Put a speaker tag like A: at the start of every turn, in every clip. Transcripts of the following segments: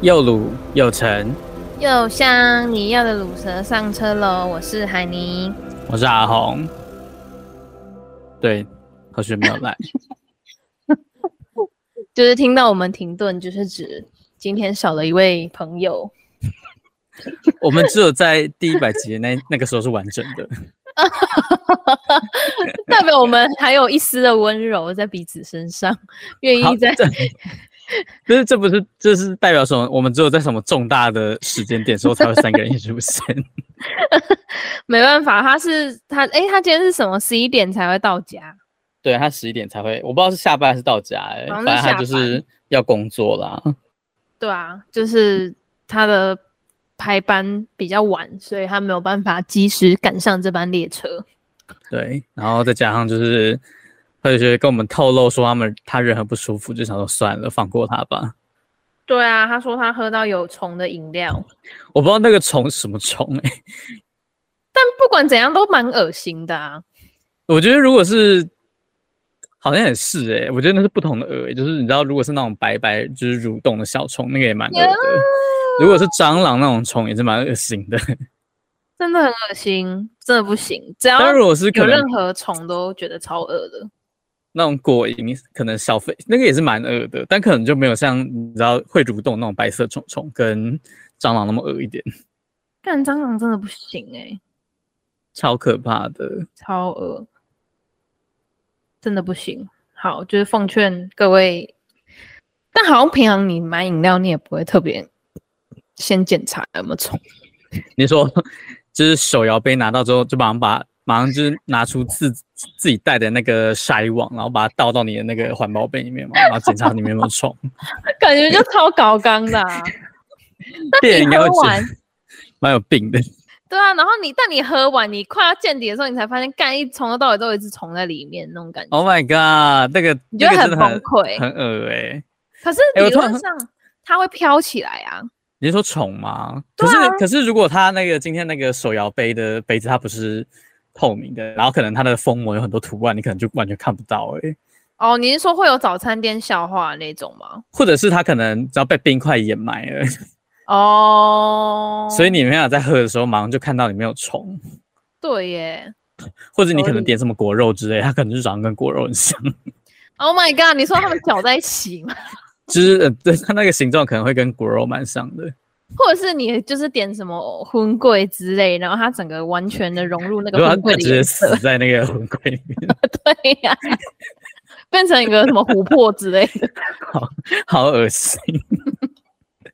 A: 又卤又陈，
B: 又香，你要的卤蛇上车喽！我是海尼，
A: 我是阿红。对，好久没有来，
B: 就是听到我们停顿，就是指今天少了一位朋友。
A: 我们只有在第一百集的那那个时候是完整的。
B: 代表我们还有一丝的温柔在彼此身 上，愿
A: 好
B: 意在
A: 这不是，这不是，这是代表什么？我们只有在什么重大的时间点时候才会三个人一起出现。
B: 没办法，他是他诶，他今天是什么？十一点才会到家，
A: 对他十一点才会，我不知道是下班还是到家、欸，
B: 好像
A: 反正
B: 是
A: 他
B: 下
A: 就是要工作啦。
B: 对啊，就是他的排班比较晚，所以他没有办法及时赶上这班列车。
A: 对，然后再加上就是，他就觉得跟我们透露说他们他人很不舒服，就想说算了，放过他吧。
B: 对啊，他说他喝到有虫的饮料，
A: 我不知道那个虫是什么虫哎、
B: 但不管怎样都蛮恶心的啊。
A: 我觉得如果是，好像也是哎、我觉得那是不同的蛾、欸，就是你知道，如果是那种白白就是蠕动的小虫，那个也蛮恶的。如果是蟑螂那种虫，也是蛮恶心的。
B: 真的很恶心，真的不行。只要
A: 但如果是
B: 有
A: 可能
B: 任何虫都觉得超恶的。
A: 那种果蝇，可能小飞那个也是蛮恶的，但可能就没有像你知道会蠕动那种白色虫虫跟蟑螂那么恶一点，
B: 干蟑螂真的不行哎、
A: 超可怕的。
B: 超恶，真的不行。好，就是奉劝各位，但好像平常你买饮料，你也不会特别先检查有没 有虫。
A: 你说，就是手摇杯拿到之后，就马上把马上就是拿出自自己带的那个筛网，然后把它倒到你的那个环保杯里面嘛，然后检查里面有没有 虫。
B: 感觉就超搞纲的、啊。
A: 店员应该会
B: 喝
A: 觉
B: 完
A: 得蛮有病的。
B: 对啊，然后你但你喝完，你快要见底的时候，你才发现，干一从头到尾都有一只虫在里面那种感觉，
A: Oh my god，那个
B: 你
A: 那个
B: 就会
A: 真
B: 很
A: 的
B: 崩
A: 很
B: 溃。
A: 很恶哎、欸。
B: 可是
A: 哎我
B: 理
A: 突然
B: 论上、它会飘起来啊，
A: 你是说虫吗？
B: 对
A: 可
B: 啊
A: 是可是如果它那个今天那个手摇杯的杯子它不是透明的，然后可能它的封膜有很多图案，你可能就完全看不到哎、欸。
B: 哦，你是说会有早餐店笑话那种吗？
A: 或者是它可能只要被冰块掩埋了，
B: 哦，
A: 所以你没有在喝的时候，马上就看到里面有虫。
B: 对耶
A: 或者你可
B: 合
A: 能
B: 理
A: 点什么果肉之类，它可能就长得跟果肉很像，
B: ，Oh my god，你说他们搅在一起吗？
A: 就是呃对它那个形状可能会跟果肉蛮像的。
B: 或者是你就是点什么荤桂之类，然后它整个完全的融入那
A: 如果
B: 个
A: 它
B: 荤桂
A: 它啊
B: 的
A: 直接
B: 颜色
A: 死，在那个魂柜里面，
B: 对呀、 变成一个什么琥珀之类的。
A: 好恶心！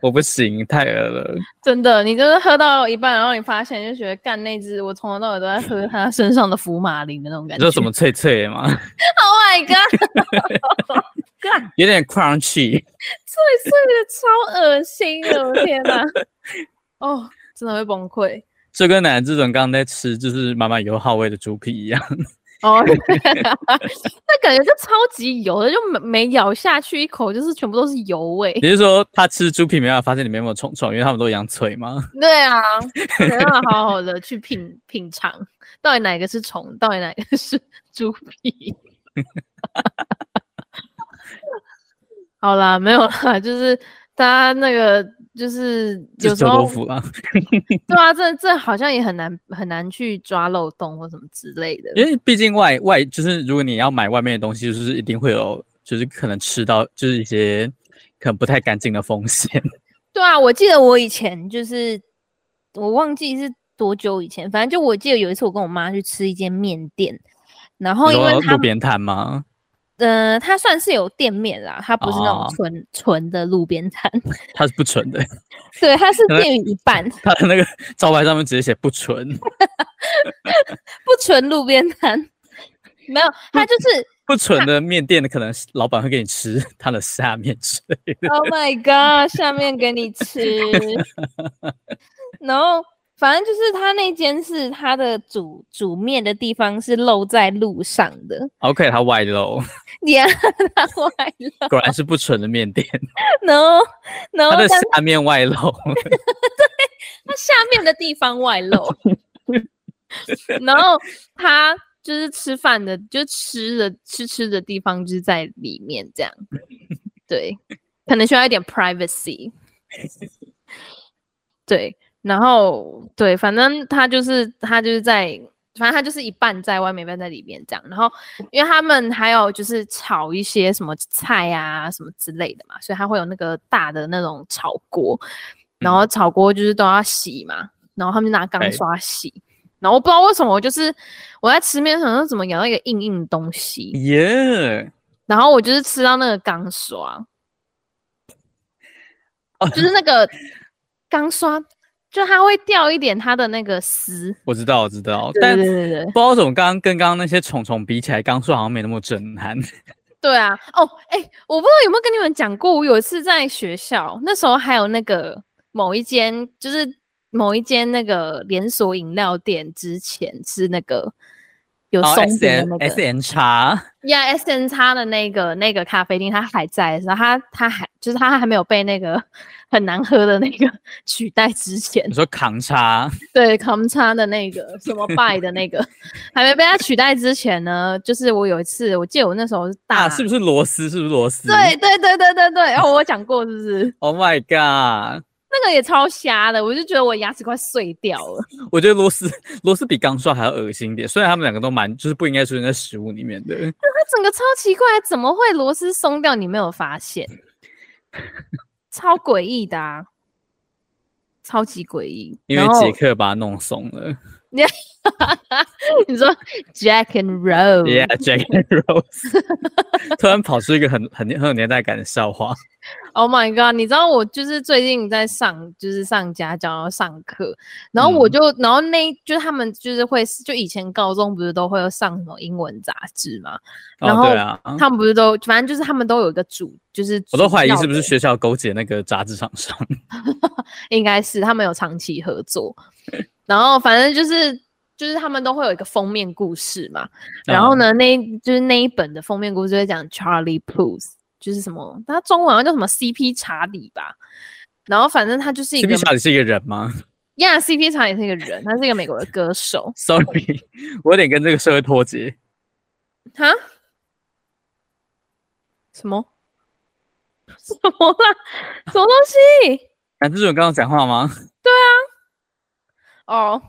A: 我不行，太恶了。
B: 真的，你就是喝到一半，然后你发现就觉得干那只，我从头到尾都在喝它身上的福马林的那种感
A: 你
B: 觉。
A: 说什么脆脆的吗？
B: ？Oh my god！干
A: 有点 crunchy，
B: 脆脆的，超恶心的，我天哪！ 哦，真的会崩溃。
A: 就跟奶奶自从刚刚在吃就是满满油耗味的猪皮一样。
B: 哦，那感觉就超级油的，就每每咬下去一口，就是全部都是油味。
A: 你是说他吃猪皮没办法发现里面有没有虫虫，因为他们都一样脆吗？
B: 对啊，没办法好好的去品品尝，到底哪个是虫，到底哪个是猪皮。 好啦，没有啦，就是大家那个就是
A: 这
B: 有
A: 是
B: 时
A: 臭
B: 候
A: 豆腐啊，
B: 对啊，这这好像也很难很难去抓漏洞或什么之类的。
A: 因为毕竟外外就是如果你要买外面的东西，就是一定会有就是可能吃到就是一些可能不太干净的风险。
B: 对啊，我记得我以前就是我忘记是多久以前，反正就我记得有一次我跟我妈去吃一间面店，然后
A: 你
B: 哦因
A: 说
B: 为它
A: 路边摊吗？
B: 呃它算是有店面啦，它不是那
A: 哦
B: 种纯、纯的路边摊，
A: 它是不纯的，
B: 对，它是
A: 可能
B: 店于一半，
A: 它的那个招牌上面直接写不纯，
B: 不纯路边摊， 没有，它就是
A: 不纯的面店的可能老板会给你吃它的下面吃。
B: Oh my god！下面给 你吃，然后反正就是他那间是他的煮煮面的地方是露在路上的，
A: OK，它外露，
B: 你 啊，他外露，
A: 果然是不纯的面店。
B: 然后然后
A: 它的
B: 哦但
A: 下面外露，
B: 他下面的地方外露，然后他就是吃饭的，就吃的吃吃的地方就是在里面这样，对，可能需要一点 privacy。对，然后对，反正他就是他就是在，反正他就是一半在外面，一半在里面这样。然后因为他们还有就是炒一些什么菜啊什么之类的嘛，所以他会有那个大的那种炒锅，然后炒锅就是都要洗嘛，然后他们就拿钢
A: 哎
B: 刷洗。然后我不知道为什么，我就是我在吃面的时候，怎么咬到一个硬硬的东西，
A: 耶，
B: 然后我就是吃到那个钢刷，
A: 哦
B: 就是那个钢刷，就它会掉一点它的那个丝。
A: 我知道我知道，
B: 对
A: 但
B: 对对对
A: 不知道怎么刚刚跟刚刚那些虫虫比起来，刚说好像没那么震撼。
B: 对啊！哦，哎、我不知道有没有跟你们讲过，我有一次在学校，那时候还有那个某一间，就是某一间那个连锁饮料店，之前是那个有
A: 然后
B: 松
A: S
B: 饼的
A: N
B: 那个。
A: S N 叉，
B: 呀，S N 叉的那个那个咖啡厅，它还在，然后它它还就是它还没有被那个很难喝的那个 取代之前
A: 你，说扛 叉，
B: 对 Com 叉的那个什么拜的那个还没被它取代之前呢，就是我有一次，我记得我那时候是大，
A: 啊，是不是螺丝？是不是螺丝？
B: 对对对对对对，哦，我讲过是不是？
A: ，Oh my god，
B: 那个也超瞎的，我就觉得我牙齿快碎掉了。
A: 我觉得螺丝螺丝比钢刷还要恶心一点，虽然他们两个都蛮就是不应该出现在食物里面的。
B: 整个超奇怪，怎么会螺丝松掉？你没有发现？超诡异的啊，超级诡异。
A: 因
B: 然
A: 为
B: 后
A: 杰克把它弄松了
B: 你说 Jack and Rose，、
A: ，Yeah，Jack and Rose，突 然跑出一个很很很有年代感的笑话。
B: Oh my god！你知道我就是最近在上，就是上家教，然后上课，然后我
A: 嗯
B: 就，然后那就是他们就是会，就以前高中不是都会有上什么英文杂志嘛，然
A: 哦，
B: 后
A: 对啊，
B: 他们不是都，反正就是他们都有一个主，就是
A: 我都
B: 主
A: 怀疑
B: 要
A: 是不是
B: 的
A: 学校勾结那个杂志厂商。
B: 应该是他们有长期合作， 然后反正就是就是他们都会有一个封面故事嘛，
A: 嗯
B: 然后呢，那一就是那一本的封面故事会讲 Charlie Puth，就是什么，他中文好像叫什么 CP 查理吧，然后反正他就是一个
A: ？CP 小姐？Oh，是一个人吗
B: 呀 CP 查理是一个人，他是一个美国的歌手
A: ？Sorry，我 有点跟这个社会脱节。
B: 哈，什么 什么啦，什么东西？
A: 啊，这是我刚刚讲话吗
B: 哦，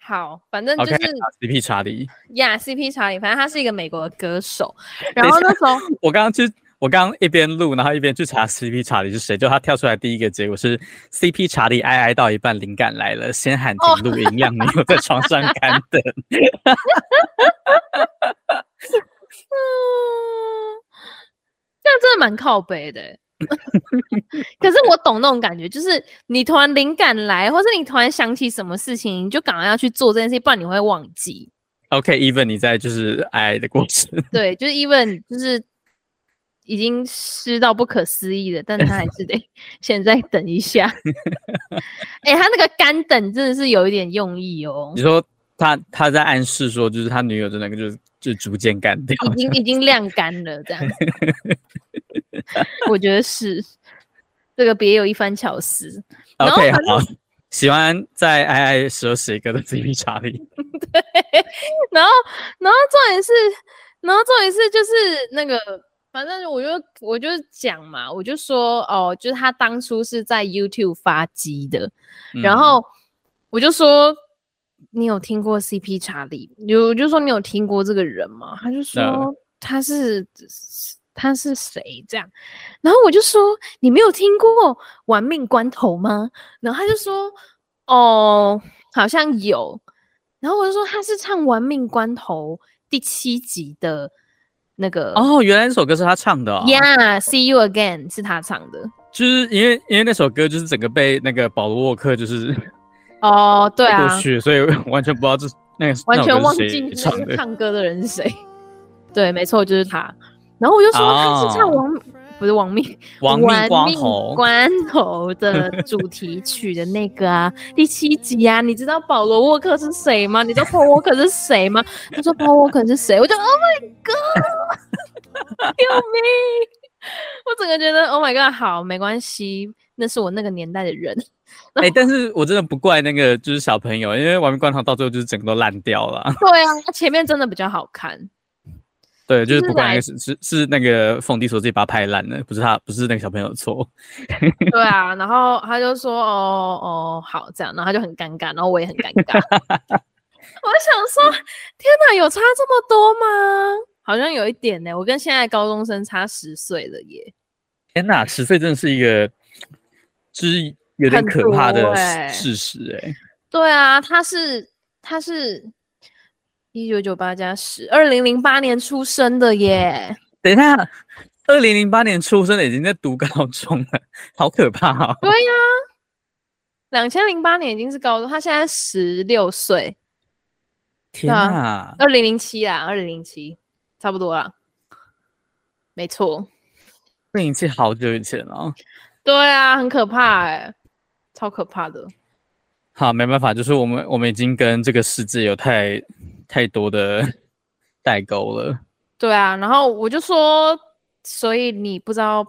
B: 好，反正就
A: ？OK，
B: 是
A: 好 CP 查理，
B: 呀、CP 查理，反正他是一个美国的歌手。然后那时候，嗯
A: 我刚刚去，我刚刚一边录，然后一边去查 CP 查理是谁，就他跳出来第一个结果是 CP 查理哀哀到一半，灵感来了，先喊
B: 哦
A: 停录音，让女友在床上干 等。
B: 嗯，这样真的蛮靠背的欸。 可是我懂那种感觉，就是你突然灵感来，或是你突然想起什么事情，你就赶快要去做这件事，不然你会忘记。
A: OK，even、你在就是哀哀的过程，
B: 对，就是 even 就是已经湿到不可思议了，但他还是得 现在等一下。哎、他那个干等真的是有一点用意哦。
A: 你说他他在暗示说，就是他女友的那个就是就逐渐干掉。
B: 已经已经晾干了，这样，我觉得是这个别有一番巧思。哦然后
A: OK，
B: 反
A: 好，喜欢在哀哀时候写歌的 CP 查理。
B: 然后，然后重点是，然后重点是就是那个，反正我就我就讲嘛，我就说哦，就是他当初是在 YouTube 发机的，然
A: 嗯
B: 后我就说。你有听过 CP 查理？有我就说你有听过这个人吗？他就说他是他是谁这样，然后我就说你没有听过《玩命关头》吗？然后他就说哦，好像有。然后我就说他是唱《玩命关头》第七集的那个
A: 哦，原来那首歌是他唱的、哦。
B: ，Yeah，See You Again 是他唱的。
A: 就是因为因为那首歌就是整个被那个保罗沃克就是
B: 哦，对
A: 带
B: 啊，
A: 过去，所以 我完全不知道这那个
B: 完全忘
A: 那
B: 记
A: 首歌是谁
B: 那
A: 唱
B: 个
A: 的。
B: 唱歌的人是谁。对，没错，就是他。然后我就说他是唱
A: 哦
B: 王，不是王命，
A: 亡命光头，
B: 关头的主题曲的那个啊，第七集啊。你知道保罗沃克是谁吗？你知道 Paul Walker 是谁吗？他说 Paul Walker 是谁？我就 Oh my God，救命！我整个觉得 Oh my God，好，没关系，那是我那个年代的人。
A: 哎、但是我真的不怪那个就是小朋友，因为亡命关头到最后就是整个都烂掉了。
B: 对啊，前面真的比较好看。
A: 对，就是
B: 就是
A: 不管那
B: 来
A: 个是是是那个凤弟说自己把它拍烂了，不是他，不是那个小朋友的错。
B: 对啊，然后他就说哦哦好这样，然后他就很尴尬，然后我也很尴尬。 我想说，天哪，有差这么多吗？好像有一点呢、我跟现在高中生差十岁了耶。
A: 天哪，十岁真的是一个，就是有点
B: 很
A: 可怕
B: 多
A: 的
B: 欸
A: 事事实哎、
B: 对啊，他是他是一九九八加十，二零零八年出生的耶。
A: 等一下，二零零八年出生的已经在读高中了，好可怕哦！
B: 对啊呀、两千零八年已经是高中，他现在十六岁，
A: 天
B: 啊
A: 哪，
B: 二零零七啊，二零零七，差不多啦，没错。
A: 那已经好久以前了哦。
B: 对啊，很可怕哎、超可怕的。
A: 好，没办法，就是我们我们已经跟这个世界有太太多的代沟 了。
B: 对啊，然后我就说，所以你不知道，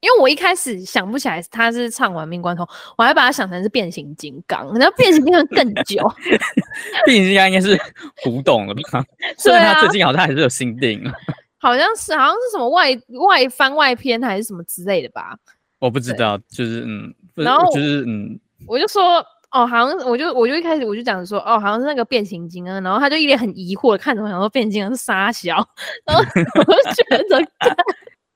B: 因为我一开始想不起来他是唱完命关头，我还把它想成是变形金刚，然后变形金刚更久。
A: 毕竟应该是古董了吧？虽
B: 对
A: 然他
B: 啊
A: 最，近好像还是有新定了，
B: 好像是好像是什么外外翻外篇还是什么之类的吧。
A: 我不知
B: 对
A: 道，就是嗯，不是
B: 然后
A: 就是嗯，
B: 我就说哦，好像我就我就一开始我就讲说哦，好像是那个变形金刚，然后他就一脸很疑惑的看着我，想说变形金刚是傻小，然后我就觉 得干真的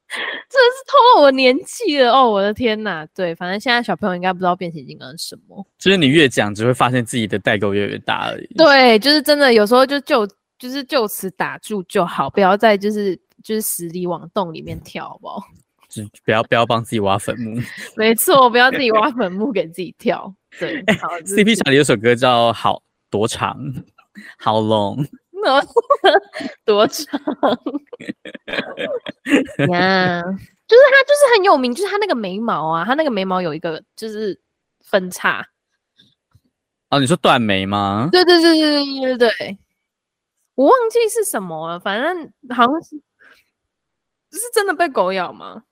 B: 是偷了我年纪了哦，我的天呐，对，反正现在小朋友应该不知道变形金刚是什么，
A: 就是你越讲，只会发现自己的代沟越来越大而已。
B: 对，就是真的有时候就就就是就此打住就好，不要再就是就是死里往洞里面跳，好不 好？
A: 就不要不要帮自己挖坟 墓。
B: 没错，不要自己挖坟墓给自己跳。对，好就是
A: CP 查理有首歌叫《好多长》，How long？
B: 那 多长呀就是他就是很有名，就是他那个眉毛啊，他那个眉毛有一个就是分叉，
A: 哦，你说断眉吗？
B: 对对对对对对对，我忘记是什么了，反正好像是是真的被狗咬吗？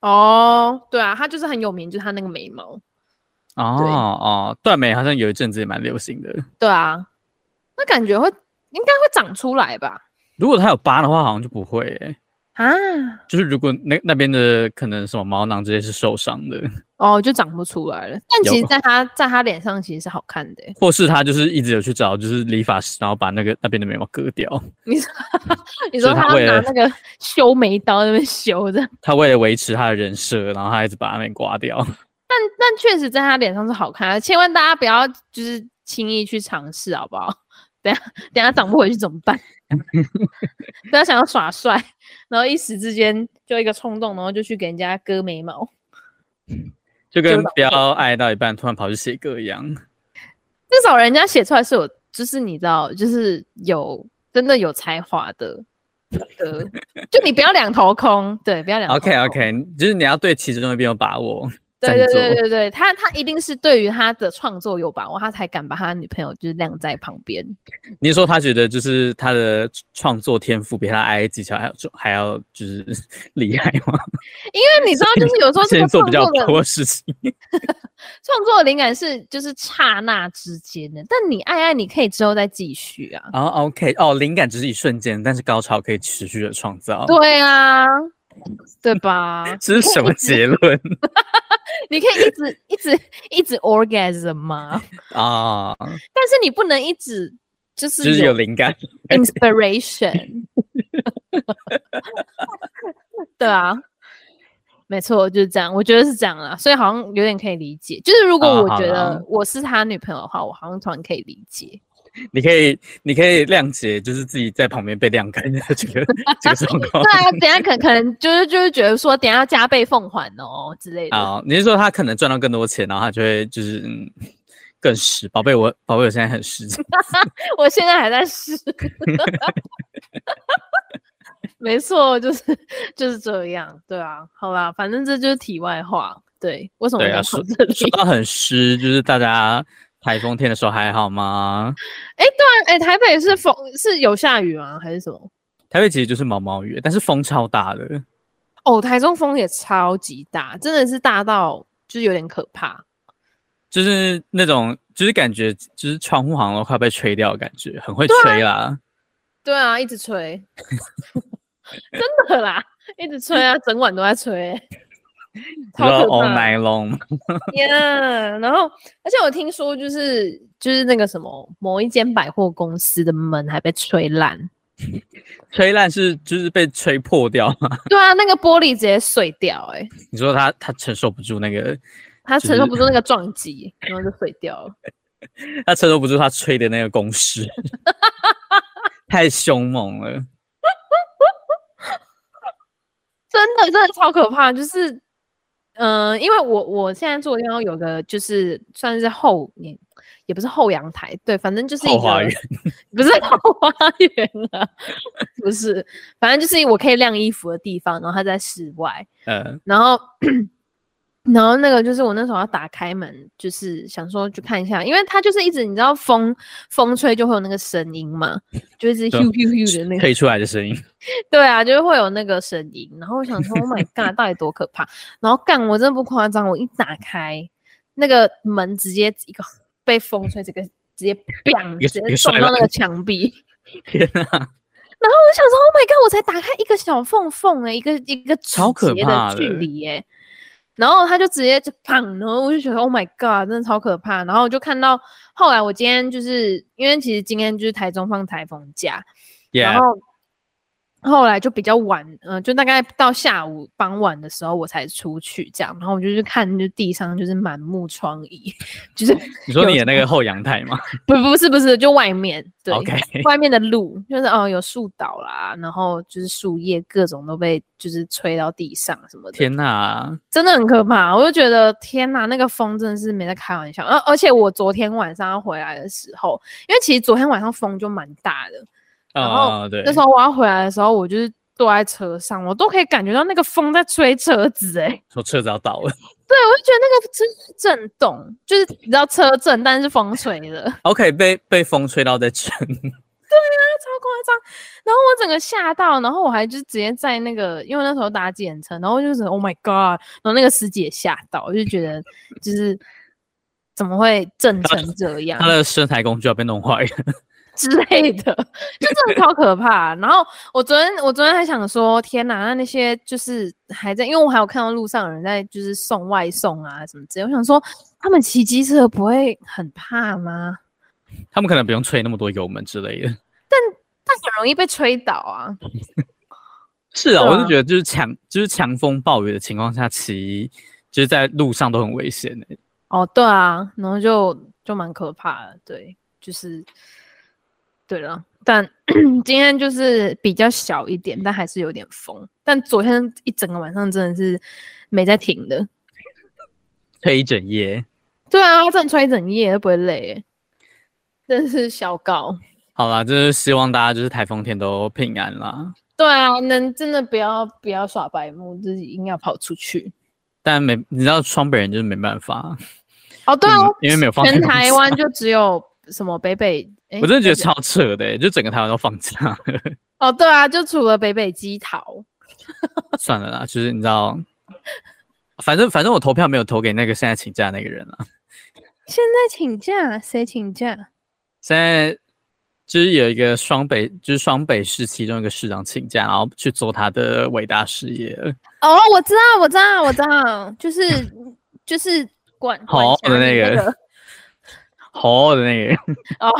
B: 哦，对啊，他就是很有名，就是他那个眉毛，
A: 哦哦，断眉好像有一阵子也蛮流行的。
B: 对啊，那感觉会应该会长出来吧？
A: 如果它有疤的话，好像就不会、欸。
B: 啊，
A: 就是如果那那边的可能什么毛囊之类是受伤的，
B: 哦，就长不出来了。但其
A: 有
B: 实在他在他脸上其实是好看的欸。
A: 或是他就是一直有去找就是理发师，然后把那个那边的眉毛割掉。
B: 你说 你
A: 所以
B: 说
A: 他
B: 他
A: 为
B: 要
A: 了
B: 拿那个修眉刀在那边修的，
A: 他为了维持他的人设，然后他一直把那边刮掉。
B: 但 但确实在他脸上是好看的。千万大家不要就是轻易去尝试，好不好？等下等下长不回去怎么办？ 不要想要耍帅，然后一时之间就一个冲动，然后就去给人家割眉毛。
A: 就跟
B: 就老
A: 不要爱到一半突然跑去写歌一样，
B: 至少人家写出来是有，就是你知道，就是有真的有才华的歌， 就你不要两头空，对，不要两头
A: OK
B: 空
A: OK，就是你要对其中一边有把握。
B: 对
A: 赞
B: 对对
A: 助
B: 对对，他他一定是对于他的创作有把握，他才敢把他女朋友就是晾在旁边。
A: 你是说他觉得就是他的创作天赋比他的 I 技巧还要重还要就是 厉害吗？
B: 因 为你知道，就是有时候这
A: 先
B: 个
A: 做
B: 创
A: 比较
B: 作的
A: 多的事情，
B: 创作灵感是就是刹那之间的，但你爱爱你可以之后再继续啊。
A: 然后 OK 哦，灵感只是一瞬间，但是高潮可以持续的创造。
B: 对啊，对吧？
A: 这是什么结论
B: 你可以一直一直一直 orgasm 吗？
A: 啊？
B: 但是你不能一直就是
A: 就是有灵感，
B: inspiration。对啊，没错，就是这样。我觉得是这样啦，所以好像有点可以理解。就是如果
A: 啊
B: 我
A: 好
B: 觉
A: 啦
B: 得我是他女朋友的话，我好像突然可以理 解。
A: 你可以你可以谅解，就是自己在旁边被晾干的这 个这个状况
B: 对。啊，等一下可可能就是就是觉得说，等一下加倍奉还哦之类的。
A: 啊，你是说他可能赚到更多钱，然后他就会就是嗯更实？宝贝，我宝贝，我现在很实际。
B: 我现在还 在试。没错，就是就是这样，对啊，好啦，反正这就是题外话。对，为什么
A: 对啊
B: 要
A: 说
B: 说这里
A: 说？到很湿，就是大家台风天的时候还好吗？
B: 哎、对啊，哎、台北是风是有下雨吗？还是什么？
A: 台北其实就是毛毛雨，但是风超大的。
B: 哦，台中风也超级大，真的是大到就是有点可怕。
A: 就是啊那种，就是感觉，就是窗户好像都快被吹掉，的感觉很会吹啦。
B: 对啊，一直 吹，真的啦，一直吹啊，整晚都在吹，
A: 然
B: 超
A: 后
B: 可
A: all
B: 怕
A: night long，
B: 呀。然后，而且我听说就是就是那个什么某一间百货公司的门还被吹烂，
A: 吹烂是就是被吹破掉嘛？
B: 对啊，那个玻璃直接碎掉、欸，哎，
A: 你说他他承受不住那个，
B: 他
A: 就
B: 承受
A: 是
B: 不住那个撞击，然后就碎掉了。
A: 他承受不住他吹的那个公式， 太凶猛了。
B: 真的真的超可怕，就是，嗯、因为我我现在住的地方有个就是算是后面，也不是后阳台，对，反正就是一
A: 后
B: 个
A: 花园，
B: 不是后花园啊，不是，反正就是我可以晾衣服的地方，然后它在室外，
A: 呃，
B: 然后。然后那个就是我那时候要打开门，就是想说去看一下，因为它就是一直你知道风风吹就会有那个声音嘛，就一直
A: 对啊
B: 咻咻咻的那个
A: 吹出来的声音，
B: 对啊，就是会有那个声音，然后我想说，Oh my god，到底多可怕？然后干，我真的不夸张，我一打开那个门，直接一个被风吹，这个直 接砰，
A: 一个
B: 直
A: 一
B: 接
A: 个
B: 撞
A: 摔
B: 到那
A: 烂
B: 个墙壁。
A: 天啊，
B: 然后我就想说，Oh my god，我才打开一个小缝缝哎，一个一个指
A: 超可
B: 节
A: 怕
B: 的距
A: 的
B: 离哎、然后他就直接就砰，然后我就觉得 Oh my god，真的超可怕。然后我就看到后来我今天就是因为其实今天就是台中放台风假，然
A: yeah,
B: 后后来就比较晚，嗯、就大概到下午傍晚的时候我才出去这样，然后我就去看，就地上就是满目疮痍， 就是
A: 你说
B: 有
A: 你的那个后阳台吗
B: 不不是不是，就外面对
A: ？OK，
B: 外面的路就是哦有树倒啦，然后就是树叶各种都被就是吹到地上什么的，
A: 天哪，
B: 真的很可怕。我就觉得天哪，那个风真的是没在开玩笑。而、而且我昨天晚上要回来的时候，因为其实昨天晚上风就蛮大的，然后
A: 啊、对，
B: 那时候我要回来的时候，我就是坐在车上，我都可以感觉到那个风在吹车子、欸，哎，
A: 说车子要倒了。
B: 对我就觉得那个真是震动，就是你知道车震，但是风吹的， 超
A: OK，被被风吹到在震，
B: 夸张。然后我整个吓到，然后我还就直接在那个，因为那时候搭计程车，然后我就是 Oh my God，然后那个司机也吓到，我就觉得就是怎么会震成这样
A: 他？的身材工具要被弄坏了。
B: 之类的，就真的超可怕。啊然后我昨天我昨天还想说，天哪，那那些就是还在，因为我还有看到路上有人在就是送外送啊什么之类，我想说他们骑机车不会很怕吗？
A: 他们可能不用吹那么多油门之类的。
B: 但很容易被吹倒啊。
A: 是啊，
B: 对
A: 我
B: 啊
A: 是觉得就是强就是强风暴雨的情况下骑，就是在路上都很危险的、
B: 哦，对啊，然后就就蛮可怕的，对，就是对了。但 今天就是比较小一点，但还是有点风。但昨天一整个晚上真的是没在停的。
A: 吹一整夜。
B: 对啊，真的吹一整夜都不会累耶，真是小高。
A: 好啦，就是希望大家就是台风天都平安啦。
B: 对啊，能真的不要不要耍白目，自己硬要跑出去。
A: 但没你知道双北人就是没办法，
B: 哦，对啊，
A: 嗯因为没有放
B: 全
A: 假
B: 台湾就只有什么北北，诶
A: 我真的觉得
B: 北北
A: 超扯的、欸，就整个台湾都放假 了。
B: 哦，对啊，就除了北北基桃，
A: 算了啦，就是你知道，反正反正我投票没有投给那个现在请假那个人啊。
B: 现在请假，谁请假？
A: 现在就是有一个双北，就是双北市其中一个市长请假，然后去做他的伟大事业了。
B: 哦，我知道，我知道，我知道， 就是就是管管
A: 好
B: 辖
A: 的那
B: 你
A: 个好的那个
B: 哦，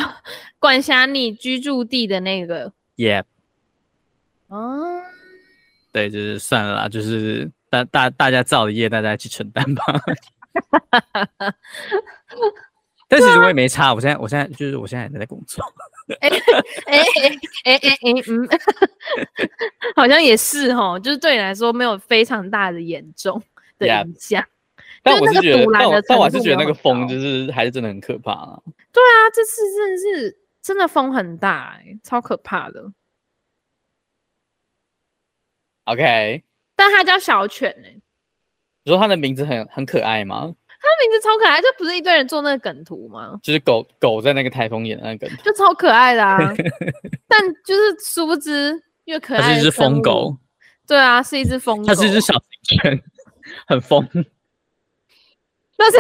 B: 管辖你居住地的那个
A: 也、yeah,
B: 哦。
A: 对，就是算了啦，就是大大大家造的业，大家一起承担 吧。但其实我也没差，我现在我现在就是我现在还在工作，
B: 哎哎哎哎哎，嗯， 好像也是哦，就是对你来说没有非常大的严重的
A: Yeah
B: 影 响。啊
A: 但
B: 就
A: 我
B: 那
A: 是
B: 个
A: 觉得
B: 堵，拦
A: 但我
B: 的
A: 但我还是
B: 程度
A: 觉得
B: 没
A: 那个
B: 有很
A: 风
B: 高
A: 就是还是真的很可怕啊。
B: 那这次真的是真的风很大、欸，超可怕的。
A: OK，
B: 但它叫小犬哎、
A: 你说它的名字很很可爱吗？
B: 它名字超可爱，就不是一堆人做那个梗图吗？
A: 就是狗狗在那个台风眼的那个梗图，
B: 就超可爱 的啊，但就是殊不知越可
A: 它是
B: 爱
A: 一
B: 的
A: 只
B: 生
A: 疯
B: 物，
A: 狗，
B: 对啊，是一只疯狗，
A: 它是一只小型犬，很疯。
B: 但是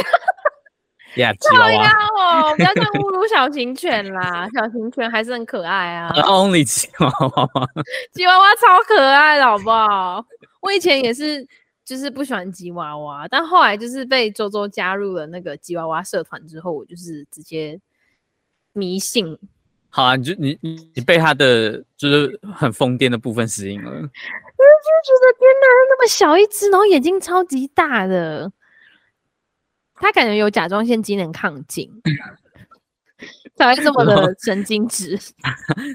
A: 呀，吉娃娃
B: 哦，不要再侮辱小型犬啦，小型犬还是很可爱啊，
A: 呃，Only 吉娃娃吗？
B: 吉娃娃超可爱的，好不好？我以前也是，就是不喜欢吉娃娃，但后来就是被周周加入了那个吉娃娃社团之后，我就是直接迷信。
A: 好啊，你就你你你被他的就是很疯癫的部分吸引了。
B: 就觉得天哪，它那么小一只，然后眼睛超级大的，它感觉有甲状腺机能亢 进，才会这么的神经 质。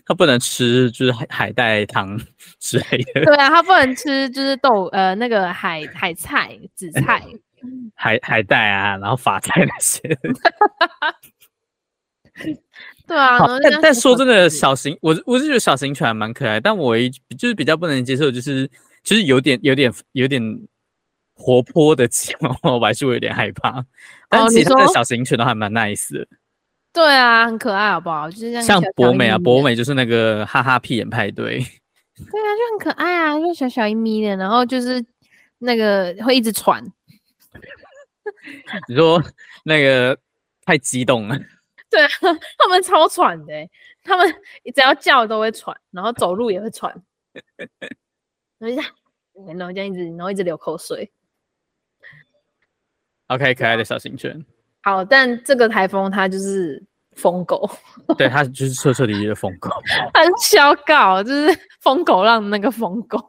A: 他不能吃就是海海带汤 之类的，
B: 对啊，它不能吃就是豆呃那个海海菜、紫菜，
A: 海海带啊，然后发菜那些。
B: 对 啊。然
A: 好
B: 后就这
A: 但
B: 样
A: 但
B: 子
A: 说
B: 跑
A: 真的，
B: 去
A: 小型我是我是觉得小型犬还蛮可爱，但我一就是比较不能接受，就是就是有点有点有点活泼的吉娃娃，我还是会有点害怕。但
B: 哦
A: 其
B: 你
A: 他的
B: 说
A: 小型犬都还蛮 nice 的。
B: 对啊，很可爱，好不好？就是这样
A: 像
B: 小小
A: 博
B: 一
A: 美啊，
B: 咪
A: 博
B: 的，
A: 美就是那个哈哈屁眼派对，
B: 对啊，就很可爱啊，就小小一咪的，然后就是那个会一直喘，
A: 你说那个太激动了，
B: 对啊， 他们超喘的欸、他们只要叫都会喘，然后走路也会 喘，然后就这样，然后这样一直，然后一直流口水。
A: OK，可爱的小型犬，
B: 好，但这个台风它就是疯狗，
A: 对，它就是彻彻底底的疯狗。
B: 很小搞，就是疯狗浪的那个疯狗。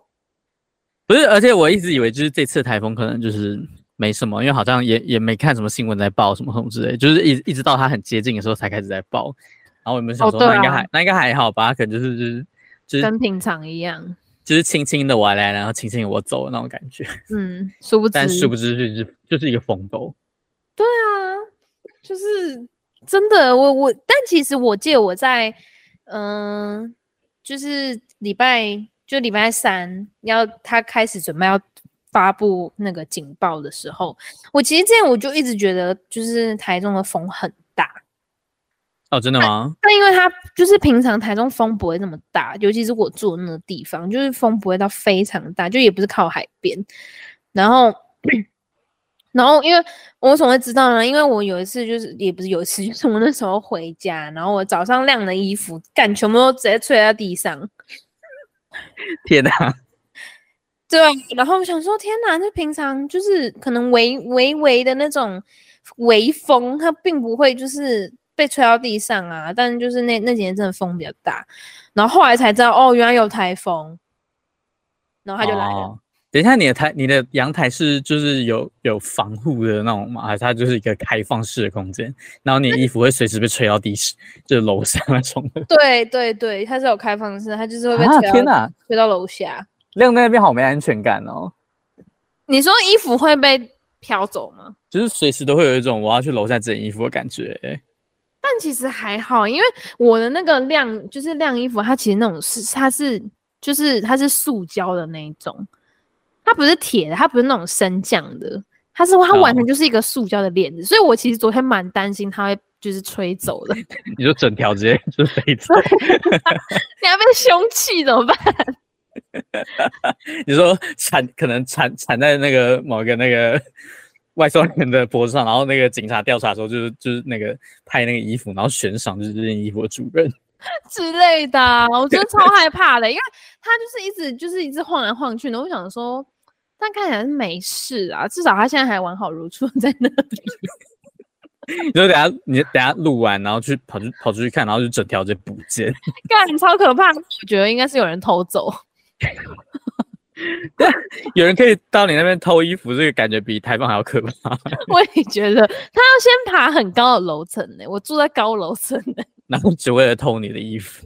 A: 不是，而且我一直以为就是这次台风可能就是没什么，因为好像也也没看什么新闻在报什么什么之类，就是一一直到它很接近的时候才开始在报。然后我们想
B: 哦
A: 说、
B: 对
A: 那应该
B: 啊
A: 还那应该还好吧，可能就是就是就是
B: 跟平常一样，
A: 就是轻轻的我来，然后轻轻地我走的那种感觉。
B: 嗯，殊不知，
A: 但殊不知就是就是一个疯狗。
B: 对啊，就是真的，我我，但其实我记得我在，嗯、就是礼拜就礼拜三要他开始准备要发布那个警报的时候，我其实之前我就一直觉得，就是台中的风很大，
A: 哦，真的 吗？
B: 那因为它就是平常台中风不会那么大，尤其是我住的那个地方，就是风不会到非常大，就也不是靠海边。然后，然后因为我怎么会知道呢？因为我有一次就是也不是有一次，就是我那时候回家，然后我早上晾的衣服，干全部都直接吹在地上。
A: 天哪！
B: 对啊，然后我想说，天哪，就平常就是可能微微微的那种微风，它并不会就是被吹到地上啊。但就是那那几天真的风比较大，然后后来才知道，哦，原来有台风，然后它就来了。
A: 哦等一下，你的台、你的阳台是就是有有防护的那种吗？还是它就是一个开放式的空间？然后你的衣服会随时被吹到地上，就是楼上那种的。
B: 对对对，它是有开放式，它就是 会被
A: 啊！
B: 吹到、
A: 天哪，
B: 吹到楼下。
A: 晾在那边好没安全感哦，
B: 你说衣服会被飘走吗？
A: 就是随时都会有一种我要去楼下整衣服的感觉、
B: 但其实还好，因为我的那个晾就是晾衣服，它其实那种是它是就是它是塑胶的那一种，它不是铁的，它不是那种升降的，它是它完全就是一个塑胶的链子，所以我其实昨天蛮担心它会就是吹走的，你
A: 你就整条直接就飞走。
B: 要被凶器怎么办？
A: 你说缠可能缠缠在那个某个那个外送员的脖子上，然后那个警察调查的时候，就是就是那个拍那个衣服，然后悬赏就是这件衣服的主人。
B: 之类的啊、我真的超害怕的，因为他就是一直就是一直晃来晃去的，我想说，但看起来是没事啊，至少他现在还完好如初地在那里。
A: 就是等下你等下录完，然后去跑去跑出去看，然后就整条就不见。
B: 干，超可怕！我觉得应该是有人偷走。
A: 有人可以到你那边偷衣服，这个感觉比台风还要可怕。
B: 我也觉得他要先爬很高的楼层呢，我住在高楼层呢。
A: 然后只为了偷你的衣服，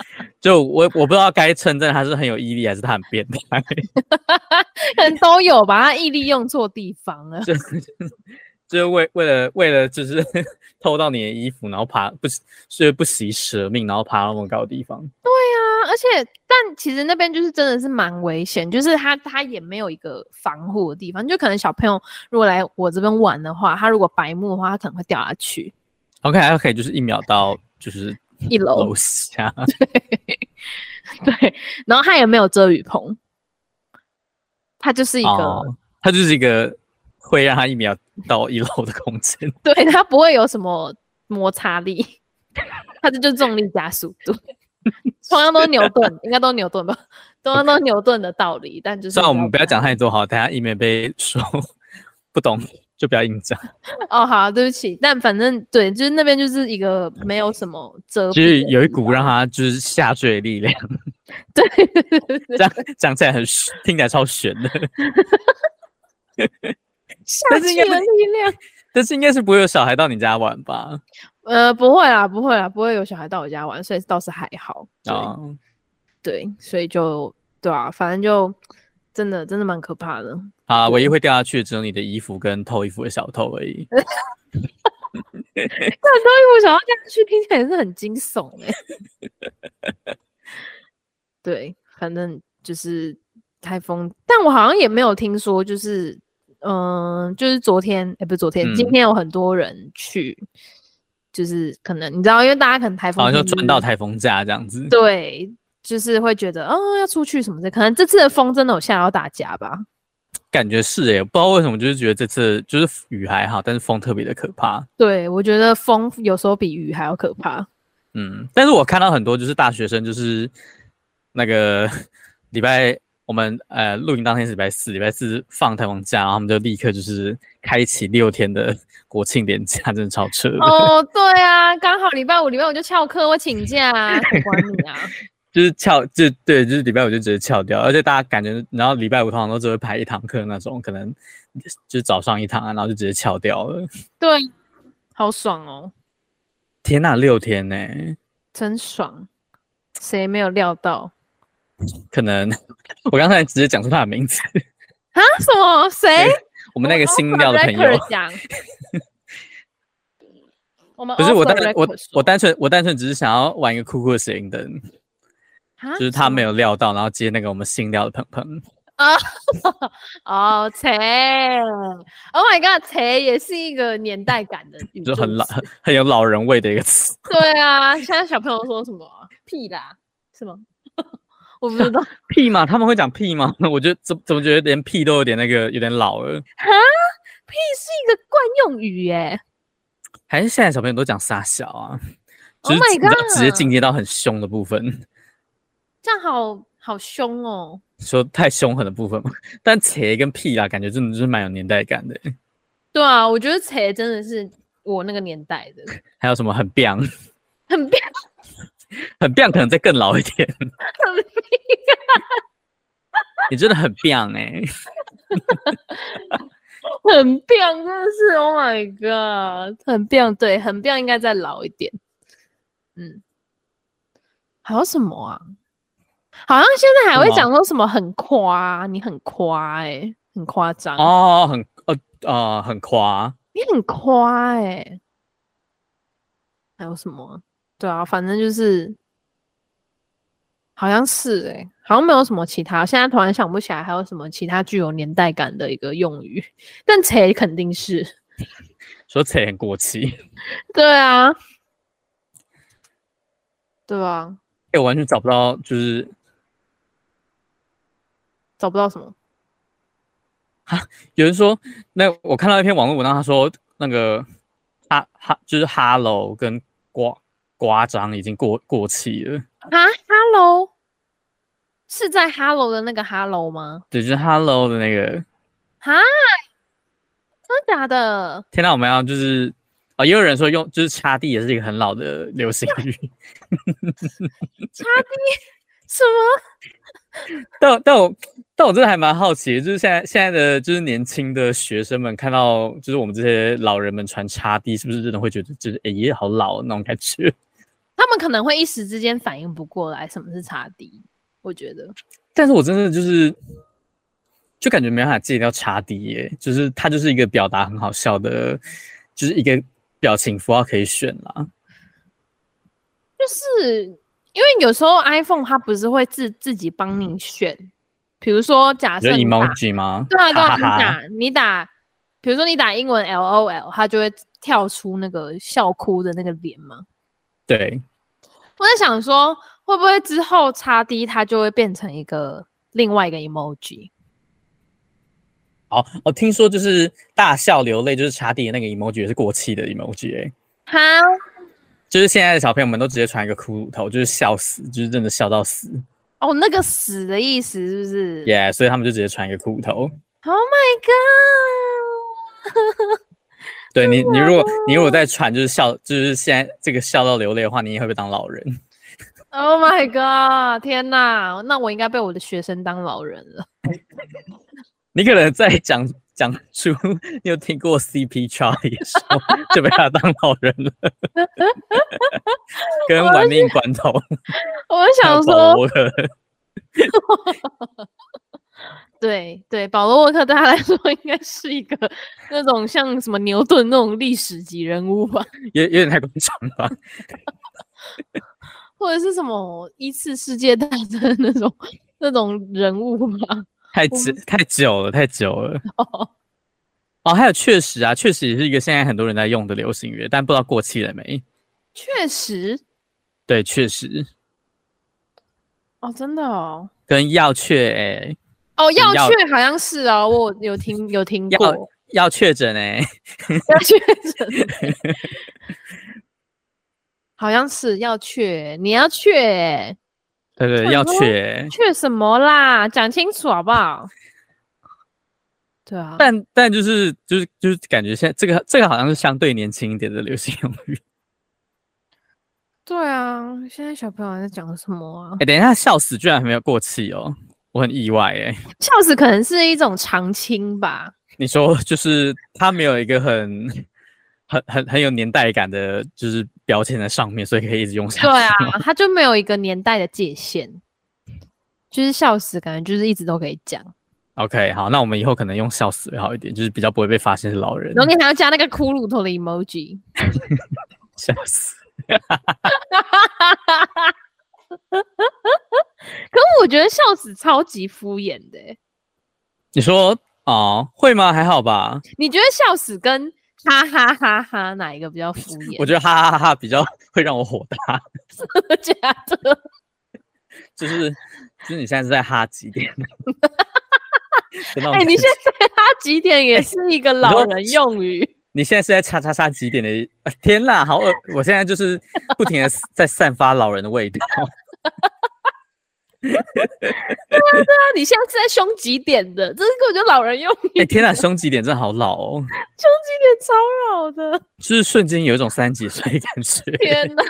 A: 就我我不知道该称赞他是很有毅力，还是他很变态。
B: 可能都有吧，他毅力用错地方了。啊
A: 就就是为为了为了就是 偷到你的衣服，然后爬不是不惜舍命，然后爬到那么高的地方。
B: 啊，而且但其实那边就是真的是蛮危险，就是他他也没有一个防护的地方，就可能小朋友如果来我这边玩的话，他如果白目的话，他可能会掉下去
A: OK OK，就是一秒到就是
B: 一楼
A: 楼。下。
B: 对，然后他也没有遮雨棚，他就是一个、
A: 哦哦它就是一个会让它一秒到一楼的空 间。
B: 对，它不会有什么摩擦力， 它这就是重力加速度。 同样都是牛顿，应该都是牛顿吧？同样都是牛顿的道理，但就是
A: 虽然我们不要讲太多好，等下以免被说 不懂就不要硬讲。
B: 哦，好，对不起，但反正对，就是那边就是一个没有什么遮蔽的地方，
A: 就是有一股让它就是下坠的力量，
B: 对对对对对
A: 这样讲起来很悬听起来超悬的，
B: 下
A: 但是
B: 去
A: 应该
B: 的力量。
A: 但是应该是不会有小孩到你家玩吧？
B: 呃，不会啦，不会啦，不会有小孩到我家玩，所以倒是还好。对、
A: 啊，
B: 对，所以就对啊，反正就真的真的蛮可怕的。
A: 啊，唯一会掉下去的只有你的衣服跟偷衣服的小偷而已。
B: 那东西我想要这样去，听起来也是很惊悚哎、 对，反正就是台风，但我好像也没有听说，就是嗯、呃就是昨天哎、不是昨天，今
A: 嗯
B: 天有很多人去，就是可能你知道，因为大家可能台风
A: 好像就
B: 天
A: 赚到台风假这样子。
B: 对，就是会觉得哦要出去什么的，可能这次的风真的有吓到大家吧。
A: 感觉是欸诶、不知道为什么，就是觉得这次就是雨还好，但是风特别的可怕。
B: 对，我觉得风有时候比雨还要可怕。
A: 嗯，但是我看到很多就是大学生，就是那个 礼拜我们呃录影当天是礼拜四，礼拜四放台风假，然后他们就立刻就是开启六天的 国庆连假，真的超扯 的。
B: 哦，对啊，刚好礼拜五、礼拜五就翘课，我请假、啊，谁管你啊？
A: 就是翘，就对，就是礼拜五就直接翘掉，而且大家感觉，然后礼拜五通常都只会排一堂课那种，可能就是早上一堂啊，然后就直接翘掉了。
B: 对，好爽哦，
A: 天呐，六天呢、
B: 真爽，谁没有料到
A: 可能 我刚才直接讲出他的名字，
B: 啊？什么谁？
A: 我们那个
B: off
A: 新
B: the
A: 料的朋友
B: 哦 record，讲，我们
A: 不是
B: off
A: 我
B: the
A: 单我
B: record
A: 我
B: 说
A: 单纯我单纯只是想要玩一个酷酷的谐音梗，
B: 啊
A: 就是他没
B: 有
A: 有料到，然后接那个我们新料的鹏鹏，
B: 哦，切，Oh my god，切也是一个年代感的语
A: 就
B: 助词，
A: 很老很很有老人味的一个词。
B: 对啊，现在小朋友说什么啊屁啦，是吗？ 我不 知道，
A: 屁嘛，他们会讲屁吗？ 我觉得怎怎么觉得连屁都有点那个有点老了，
B: 屁是一个惯用语耶、
A: 还是现在小朋友都讲傻小啊？就
B: Oh
A: 是
B: my
A: 你知道直接
B: god
A: 进阶到很凶的部分，
B: 这样好好凶哦。
A: 说太凶狠的部分嘛。但且跟屁啦，感觉真的就是蛮有年代感的。
B: 对啊，我觉得扯真的是我那个年代 的，
A: 还有什么很 b
B: 很变
A: 很 b 可能再更老一点。
B: 很啊变
A: 你真的很 b 哎、
B: 很变，真的是 Oh my God，很变，对，很变应该再老一点。嗯，还有什么啊？好像现在还会
A: 什么
B: 讲说什么很夸，你很夸哎、很夸张，
A: 哦，很呃呃很夸，
B: 你很夸哎、还有什么啊？对啊，反正就是，好像是哎、好像没有什么其他。现在突然想不起来还有什么其他具有年代感的一个用语，但谁肯定是。
A: 说且很过气。
B: 对啊，对啊，
A: 哎、我完全找不到，就是
B: 找不到什么。
A: 有人说，那我看到一篇网络文章，他说那个哈哈就是哈喽跟瓜瓜张已经过过气了，
B: 啊，Hello，是在 Hello 的那个 Hello 吗？
A: 对，就是哈喽的那个。
B: 哈，啊真的假的？
A: 天呐，我们要就是啊、也有人说用就是擦地也是一个很老的流行语，
B: 什么？
A: 但但我但我真的还蛮好奇，就是现在现在的就是年轻的学生们看到就是我们这些老人们穿擦地，是不是真的会觉得就是哎爷爷好老那种感觉？
B: 他们可能会一时之间反应不过来什么是差低，我觉得
A: 但是我真的就是，就感觉没办法戒掉茶底耶，就是它就是一个表达很好笑的，就是一个表情符号可以选啦。
B: 就是因为有时候 iPhone 它不是会自自己帮你选，比如说假
A: 就
B: 设你打
A: emoji 吗？
B: 对啊对啊，
A: 哈
B: 你
A: 哈哈
B: 打你打，比如说你打英文 L O L，它就会跳出那个笑哭的那个脸嘛。
A: 对，
B: 我在想说，会不会之后差低它就会变成一个另外一个 emoji？
A: 哦哦，听说就是大笑流泪就是茶底的那个 emoji 也是过气的 emoji 哎、
B: 好，
A: 就是现在的小朋友们都直接传一个骷髅头，就是笑死，就是真的笑到死。
B: 哦，那个死的意思是不是
A: Yeah，所以他们就直接传一个骷髅头。
B: o h my god！
A: 对你，你如果你如果再传就是笑，就是现在这个笑到流泪的话，你也会被当老人。
B: Oh my god！天哪，那我应该被我的学生当老人了。
A: 你可能再讲讲出你有听过 CP Charlie 的时候，就被他当老人 了，跟玩命关头
B: 我
A: 还
B: 想
A: 有
B: 说
A: 保，罗克
B: 对对，保罗沃克对他来说应该是一个那种像什么牛顿那种历史级人物吧，
A: 有有点太夸张了吧。
B: 或者是什么一次世界大战的那种那种人物吧。
A: 太
B: 我
A: 久太久了，太久了。哦，还有确实啊，确实也是一个现在很多人在用的流行语，但不知道过气了没？
B: 确实，
A: 对，确实
B: 哦，真的哦，
A: 跟要确、欸、
B: 哦，要
A: 要
B: 确好像是哦，我有听有听
A: 要
B: 过，
A: 要确诊哎，
B: 要确 诊好像是要确，你要确欸
A: 对对，
B: 想
A: 要
B: 说
A: 确、欸。
B: 确什么啦？讲清楚好不好？对啊，
A: 但但就是就是就是感觉现在这个这个好像是相对年轻一点的流行用语。
B: 对啊，现在小朋友还在讲什么啊
A: 哎、？等一下，笑死，居然还没有过气哦，我很意外哎、
B: 笑死，可能是一种常青吧。
A: 你说就是它没有一个很很很很有年代感的，就是标签在上面，所以可以一直用下去。
B: 对啊，它就没有一个年代的界限，就是笑死，感觉就是一直都可以讲。
A: OK，好，那我们以后可能用笑死会好一点，就是比较不会被发现是老人
B: 然。后你还要加那个骷髅头的 emoji，
A: 笑死，
B: 可我觉得笑死超级敷衍的欸、
A: 你说哦，会吗？还好吧，
B: 你觉得笑死跟哈哈哈哈哪一个比较敷衍？
A: 我觉得哈哈哈哈比较 会让我火大，
B: 得假的，
A: 就是就是你现在是在哈几点？的那种
B: 哎、
A: 感
B: 你现
A: 觉
B: 在他几点也是一个老
A: 说
B: 人用语。
A: 你现在是在叉叉叉几点的？啊天啦，好恶！我现在就是不停的在散发老人的味 道。
B: 那 你现在是在凶几点的？这是根本就老人用语，
A: 哎、天啦，凶几点真的好老哦，
B: 凶几点超老的。
A: 就是瞬间有一种三十几岁的感觉。
B: 天哪！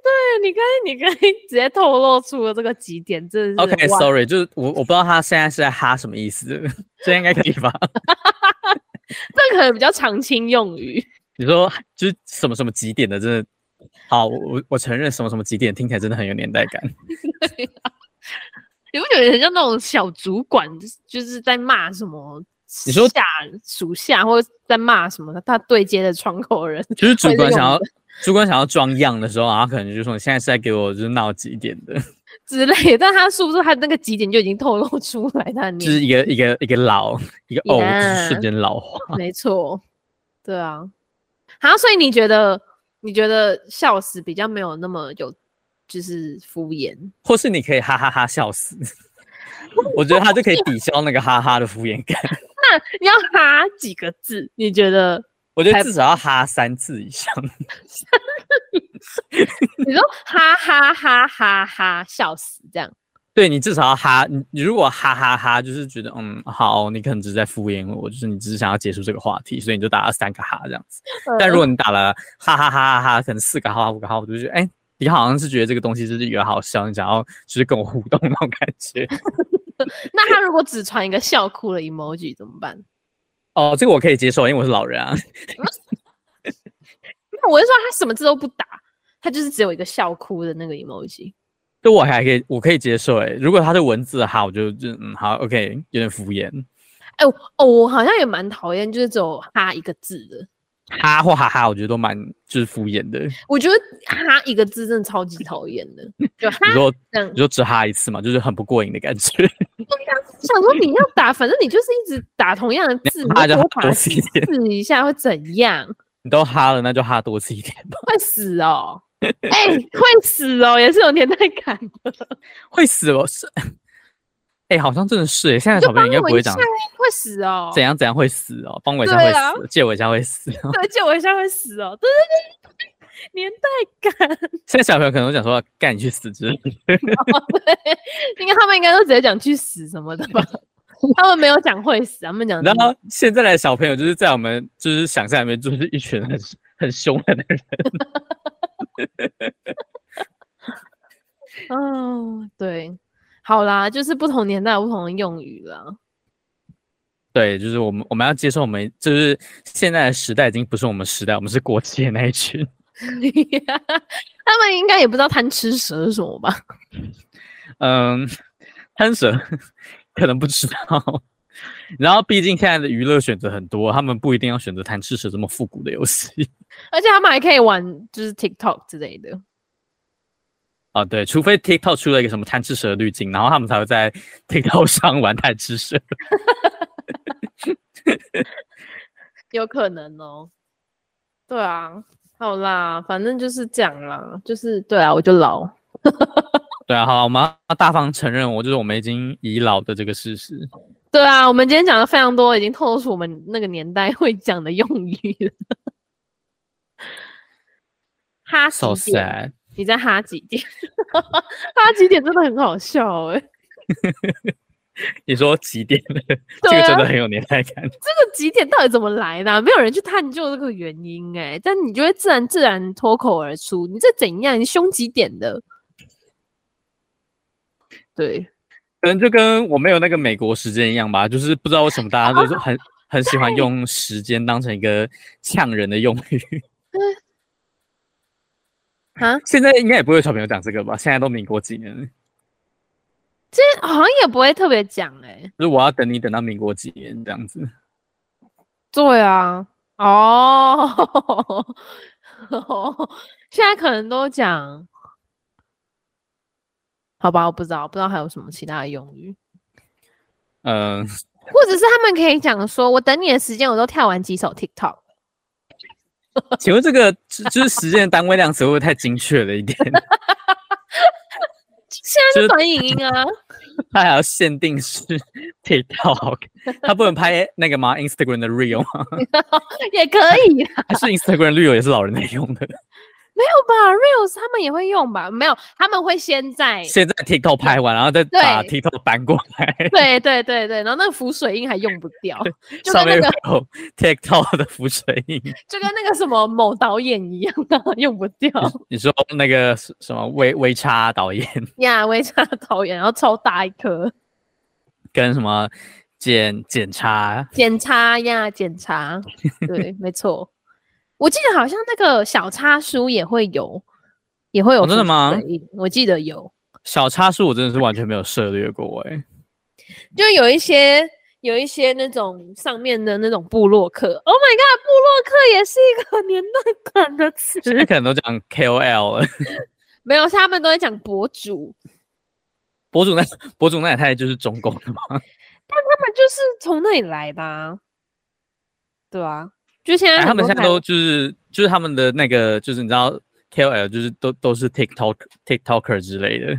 B: 对你刚才，你刚才直接透露出了这个几点，真的是哇
A: OK，Sorry，、就是我我不知道他现在是在哈什么意思，这应该可以吧？
B: 这可能比较常青用语。
A: 你说就是什么什么几点的，真的好，我我我承认什么什么几点听起来真的很有年代感。
B: 你不觉得很像那种小主管，就是就是在骂什么？
A: 你说
B: 下属下或者在骂什么的？他对接的窗口人，
A: 就是主
B: 会
A: 管
B: 这
A: 想
B: 种
A: 要
B: 的
A: 主管想要装样的时候，然后可能就说你现在是在给我就是闹几点的，
B: 嗯之类的，但他是不是他那个几点就已经透露出来他
A: 就
B: 的年
A: 是一个一个一个老一个哦，就是瞬
B: Yeah
A: 间老化。
B: 纪？没错，对啊。好，所以你觉得你觉得笑死比较没有那么有就是敷衍？
A: 或是你可以哈哈哈笑死，我觉得他就可以抵消那个哈哈的敷衍感。
B: 那你要哈几个字？你觉得
A: 我觉得
B: 才
A: 至少要哈三次以上。
B: 你说哈哈哈哈哈笑死这样？
A: 对你至少要哈，你你如果哈哈哈就是觉得嗯好，你可能只是在敷衍我，就是你只是想要结束这个话题，所以你就打了三个哈这样子。
B: 呃
A: 但如
B: 嗯
A: 果你打了哈哈哈哈哈，可能四个哈五个哈，我就觉得哎、你好像是觉得这个东西就是有点好笑，你想要就是跟我互动那种感觉。
B: 那他如果只传一个笑哭的 emoji 怎么办？
A: 哦，这个我可以接受，因为我是老人啊。
B: 那我是说他什么字都不打，他就是只有一个笑哭的那个 emoji。
A: 这我还可以，我可以接受哎、如果他是文字的哈，我就就嗯好，OK，有点敷衍。
B: 哎、我哦，我好像也蛮讨厌，就是只有哈一个字的。
A: 哈或哈哈，我觉得都蛮就是敷衍的。你
B: 我觉得哈一个字真的超级讨厌的，就哈
A: 说
B: 这样
A: 你。说只哈一次嘛，就是很不过瘾的感觉。
B: 想说你要打，反正你就是一直打同样的字，你
A: 哈就
B: 就
A: 哈
B: 多打
A: 多次一
B: 几
A: 点，
B: 次一下会怎样？
A: 你都哈了，那就哈多次一点吧。
B: 会死哦！哎、会死哦，也是有年代感的。
A: 会死哦，是哎、好像真的是哎，现在
B: 你就
A: 小朋友
B: 帮
A: 应该不
B: 我
A: 会
B: 一下
A: 讲
B: 欸，会死哦。
A: 怎样怎样会死哦，帮我一下会
B: 对啊
A: 死，借我一下会死。
B: 对，借我一下会死哦。对对对对，对年代感。
A: 现在小朋友可能会讲说干你去死之类的，
B: 应该他们应该都直接讲去死什么 的吧？他们没有讲会死，他们讲
A: 然后现在的小朋友就是在我们就是想象里面就是一群很很凶狠的人，
B: 嗯，对，好啦，就是不同年代有不同的用语啦。
A: 对，就是我们我们要接受我们就是现在的时代已经不是我们时代，我们是过气的那一群。
B: 他们应该也不知道贪吃蛇是什么吧？
A: 嗯，贪蛇可能不知道。然后，毕竟现在的娱乐选择很多，他们不一定要选择贪吃蛇这么复古的游戏
B: 而且他们还可以玩就是 TikTok 之类的。
A: 啊。对，除非 TikTok 出了一个什么贪吃蛇滤镜，然后他们才会在 TikTok 上玩贪吃蛇。
B: 有可能哦。对啊，好啦，反正就是这样啦，就是对啊，我就老。
A: 对啊，好，我们要大方承认，我就是我们已经已老的这个事实。
B: 对啊，我们今天讲的非常多，已经透露出我们那个年代 会讲的用语了。哈
A: So
B: 几点？
A: sad。
B: 你在哈几点？ 哈几点真的很好笑哎、
A: 你说几点了？这
B: 对
A: 个
B: 啊
A: 真的很有年代感。
B: 这个几点到底怎么来的啊、没有人去探究这个原因哎、但你就会自然自然脱口而出。你这怎样？你凶几点的？对，
A: 可能就跟我没有那个美国时间一样吧，就是不知道为什么大家都是 很、很喜欢用时间当成一个呛人的用 语。
B: 哈，
A: 现在应该也不会有小朋友讲这个吧？现在都民国几年了？
B: 这好像也不会特别讲哎、
A: 就是我要等你等到民国几年这样子。
B: 对啊， 哦，现在可能都讲，好吧，我不知道，不知道还有什么其他的用语，
A: 嗯、
B: 或者是他们可以讲说，我等你的时间，我都跳完几首 TikTok。
A: 请问这个就就是时间的单位量词会不会太精确了一点？
B: 现在
A: 就是是
B: 短影音啊，
A: 它还要限定是 TikTok，它不能拍那个吗？Instagram 的 Real 吗？
B: 也可以啦
A: 还是 Instagram Real 也是老人在用的？
B: 吧，Reels 他们也会用吧？没有，他们会先在，
A: 现在 TikTok 拍完，然后再把
B: 对
A: TikTok 搬过来。
B: 对对对对，然后那个浮水印还用不 掉，就
A: 上
B: 跟那
A: 面
B: 个
A: 有 TikTok 的浮水印。
B: 就跟那个什么某导演一样，然后 用不 掉。
A: 你说那个什什么微微差导演
B: 呀，微差导演，然后超大一颗，
A: 跟什么检检查，
B: 检查呀，检查，对，没错。我记得好像那个小叉书也会有，也会有、
A: 哦真的吗？
B: 我记得有，
A: 小差数我真的是完全没有涉略过哎、
B: 就有一些有一些那种上面的那种部落客。Oh my god，部落客也是一个年代感的词，
A: 现在可能都讲 KOL 了。
B: 没有，是他们都在讲博主，
A: 博主那博主那也太就是中共了吧？
B: 他们就是从那里来的、啊，对啊，就现在
A: 哎他
B: 很
A: 们
B: 多
A: 现在
B: 台
A: 都就是就是他们的那个就是你知道 KOL 就是都都是 TikTok TikToker 之类的。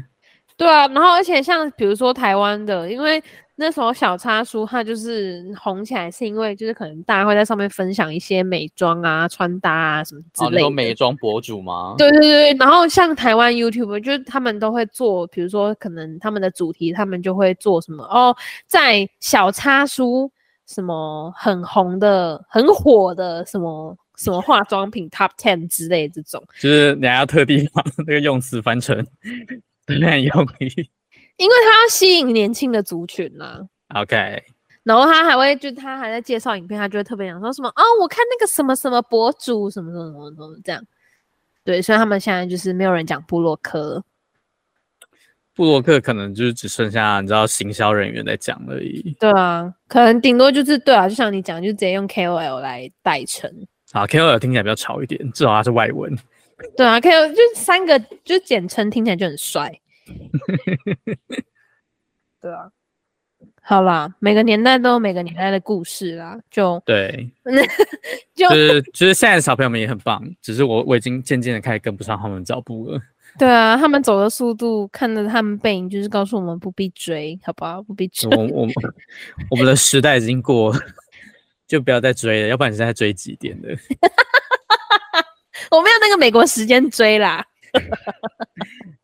B: 对啊，然后而且像比如说台湾的，因为那时候小叉叔他就是红起来，是因为就是可能大家会在上面分享一些美妆啊、穿搭啊什么
A: 哦
B: 之类的。
A: 妆博主吗？
B: 对对对，然后像台湾 YouTube，就是他们都会做，比如说可能他们的主题，他们就会做什么哦，在小叉叔什么很红的、很火的什么什么化妆品 Top Ten 之类的这种。
A: 就是你还要特地把那个用词翻成对岸用语。
B: 因为他要吸引年轻的族群啦、
A: OK，
B: 然后他还会，就他还在介绍影片，他就会特别讲说什么哦，我看那个什么什么博主什么什么什么什么这样。对，所以他们现在就是没有人讲布洛克了。
A: 布洛克可能就是只剩下你知道行销人员在讲而已。
B: 对啊，可能顶多就是对啊，就像你讲，就直接用 KOL 来代称。
A: 啊，KOL 听起来比较潮一点，至少它是外文。
B: 对啊，KOL 就三个，就简称听起来就很帅。对啊，好啦，每个年代都有每个年代的故事啦，就
A: 对，
B: 就
A: 就是就是现在的小朋友们也很棒，只是我我已经渐渐的开始跟不上他们脚步了。
B: 对啊，他们走的速度，看着他们背影，就是告诉我们不必追，好不好？不必追。
A: 我我我们的时代已经过了，就不要再追了，要不然你是在追几点的？
B: 我没有那个美国时间追啦，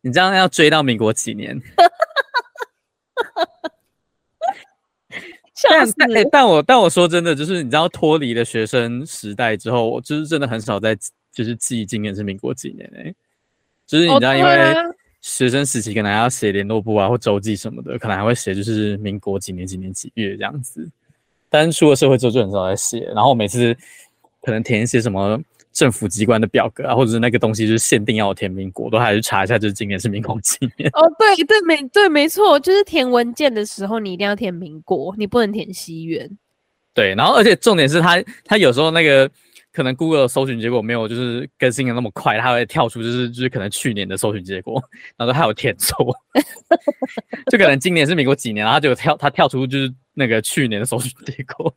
A: 你这样要追到民国几年？
B: 笑
A: 但
B: 死！哦
A: 但、欸但我但我说真的，就是你知道脱离了学生时代之后，我就是真的很少在就是记今年是民国几年哎、就是你
B: 哦
A: 知道，因
B: 对
A: 为
B: 啊
A: 学生时期可能还要写联络簿啊或周记什么的，可能还会写就是民国几年几年几月这样子。但是出了社会之后就很少在写，然后每次可能填一些什么政府机关的表格啊，或者是那个东西就是限定要我填民国，都还去查一下就是今年是民国几年。
B: 哦，对对没对没错，就是填文件的时候，你一定要填民国，你不能填西元。
A: 对，然后而且重点是它，它有时候那个可能 Google 的搜寻结果没有就是更新的那么快，它会跳出就是就是可能去年的搜寻结果，然后它有填错， 就可能今年是民国几年，然后它就跳它跳出就是那个去年的搜寻结果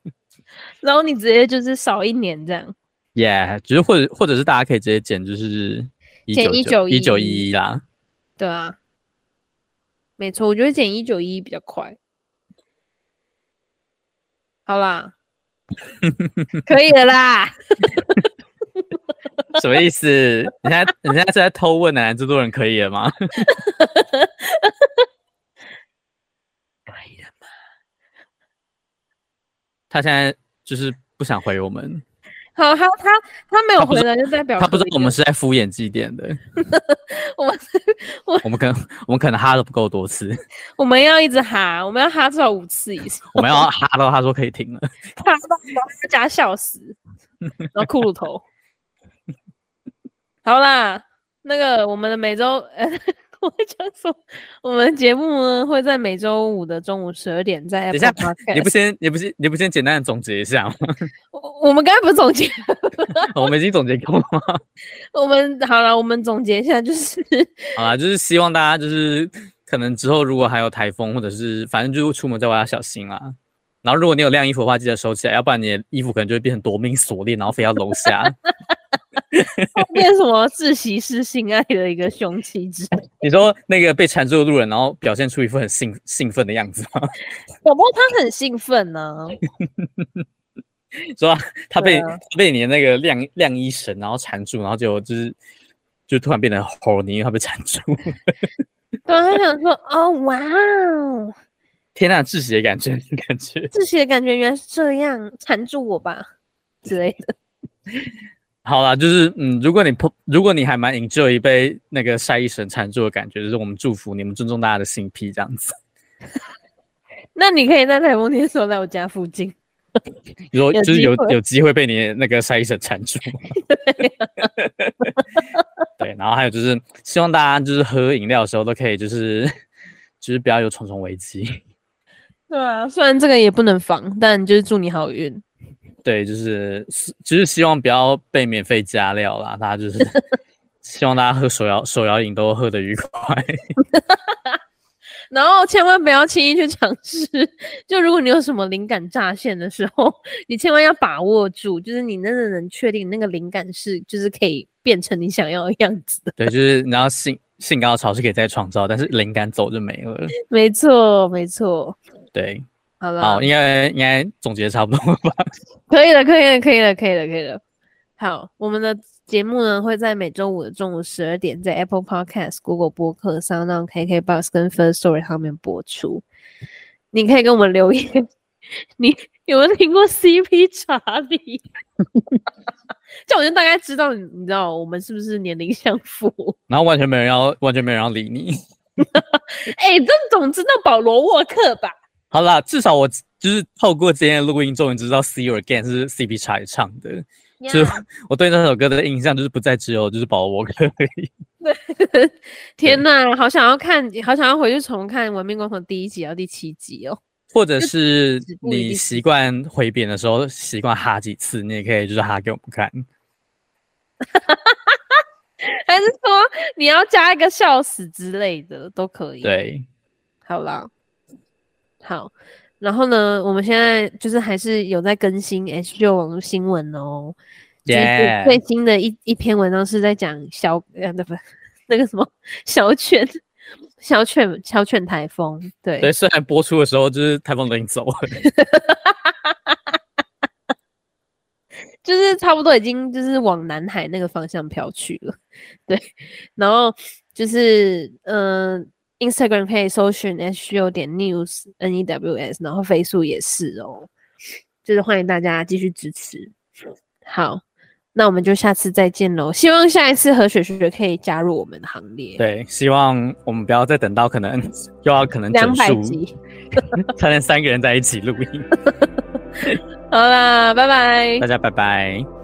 B: 然后你直接就是少一年这样。
A: ，Yeah，就是或者或者是大家可以直接减就是一
B: 减
A: 九一九
B: 1911
A: 一啦，
B: 对啊，没错，我觉得减一九一比较快。好啦，可以了啦。
A: 什么意思？你现在你现在是在偷问男制作人可以了 吗？
B: 可以了，
A: 他现在就是不想回我们，
B: 好，他他他没有
A: 他不
B: 回
A: 知
B: 来，就代表
A: 他不知
B: 可
A: 道
B: 以
A: 我们
B: 了
A: 是在敷衍祭奠的。
B: 我们
A: 我们可能我们可能哈的不够多次，
B: 我们要一直哈，我们要哈至少五次以上，
A: 我们要哈到他说可以停 了。
B: 哈到大家笑 死，然后骷髅头。好啦，那个我们的每周，呃， 我想说，我们的节目呢会在每周五的中午十二点在
A: 等一
B: Apple
A: 下
B: Podcast。
A: 你不先你不先你不先简单的总结一下吗？
B: 我我们刚才不是总结，
A: 我们已经总结过了吗。
B: 我们好了，我们总结一下，就是
A: 好啦，就是希望大家就是可能之后如果还有台风或者是反正就是出门在外要小心啦。然后如果你有晾衣服的话，记得收起来，要不然你的衣服可能就会变成夺命锁链，然后飞到楼下。
B: 后面什么窒息式性爱的一个凶器之类，
A: 你说那个被缠住的路人，然后表现出一副很兴兴奋的样子吗？
B: 宝宝他很兴奋呢、
A: 说他他
B: 对
A: 被、
B: 啊
A: 他被你的那个晾晾衣绳然后缠住，然后就就是就突然变得猴泥，因为他被缠住。
B: 对啊，他想说，哦哇哦，
A: 天呐，窒息的感觉，感觉。
B: 窒息的感觉原来是这样，缠住我吧之类的。
A: 好啦，就是嗯，如果你碰，如果你还蛮 enjoy 被那个晒衣绳缠住的感觉，就是我们祝福你们，尊重大家的性癖这样 子。
B: 那你可以在台风天的时候来我家附近，
A: 如果
B: 有
A: 就是
B: 机
A: 有
B: 会
A: 有机会被你的那个晒衣绳缠 住。对，然后还有就是希望大家就是喝饮料的时候都可以就是 就是不要有重重危机。
B: 对啊，虽然这个也不能防，但就是祝你好运。
A: 对，就是就是希望不要被免费加料啦，大家就是 希望大家喝手摇手摇饮都喝得愉快。
B: 然后千万不要轻易去尝试。 就如果你有什么灵感乍现的时候，你千万要把握住，就是你真的能确定那个灵感是就是可以变成你想要的样子的。
A: 对，就是你知道性性高潮是可以再创造，但是灵感走就没了。
B: 没错，没错。
A: 对，
B: 好了，
A: 好，应该应该总结差不多了吧？
B: 可以了，可以了，可以了，可以了，可以了。好，我们的节目呢会在每周五的中午十二点，在 Apple Podcast、Google 播客、s o u n KKBox 跟 First Story 上面播出。你可以跟我们留言， 你有没有听过 CP 查理？ 这样我就大概知道你，你知道我们是不是年龄相符？
A: 然后完全没人要，完全没人要理你。
B: 哎、这总知道保罗沃克吧？
A: 好啦，至少我就是透过今天的录音，终于知道《See You Again》是 CP 查理唱的。就是 我对那首歌的印象就是不再只有就是保罗沃克而已。
B: 天哪，好想要看，好想要回去重看《文明工程》第一集到第七集哦。
A: 或者是
B: 止步一定
A: 你
B: 是
A: 习惯回扁的时候，习惯哈几次，你也可以就是哈给我们看。
B: 还是说你要加一个笑死之类的都可以。，
A: 对，
B: 好啦，好，然后呢，我们现在就是还是有在更新 H 六网络新闻哦。就是最
A: Yeah，
B: 新的一一篇文章是在讲小呃，那不那个什么小犬小犬小犬台风，对
A: 对，虽然播出的时候就是台风都已经走了，
B: 就是差不多已经就是往南海那个方向飘去了，对，然后就是嗯、呃、，Instagram 可以搜寻 H 六点 news n e w s，然后飞速也是哦，就是欢迎大家继续支持。好，那我们就下次再见喽，希望下一次何雪雪可以加入我们的行列。
A: 对，希望我们不要再等到可能 又要可能
B: 两
A: 整
B: 百
A: 数
B: 集，
A: 才能三个人在一起录音。
B: 好啦，拜拜
A: 大。家拜拜。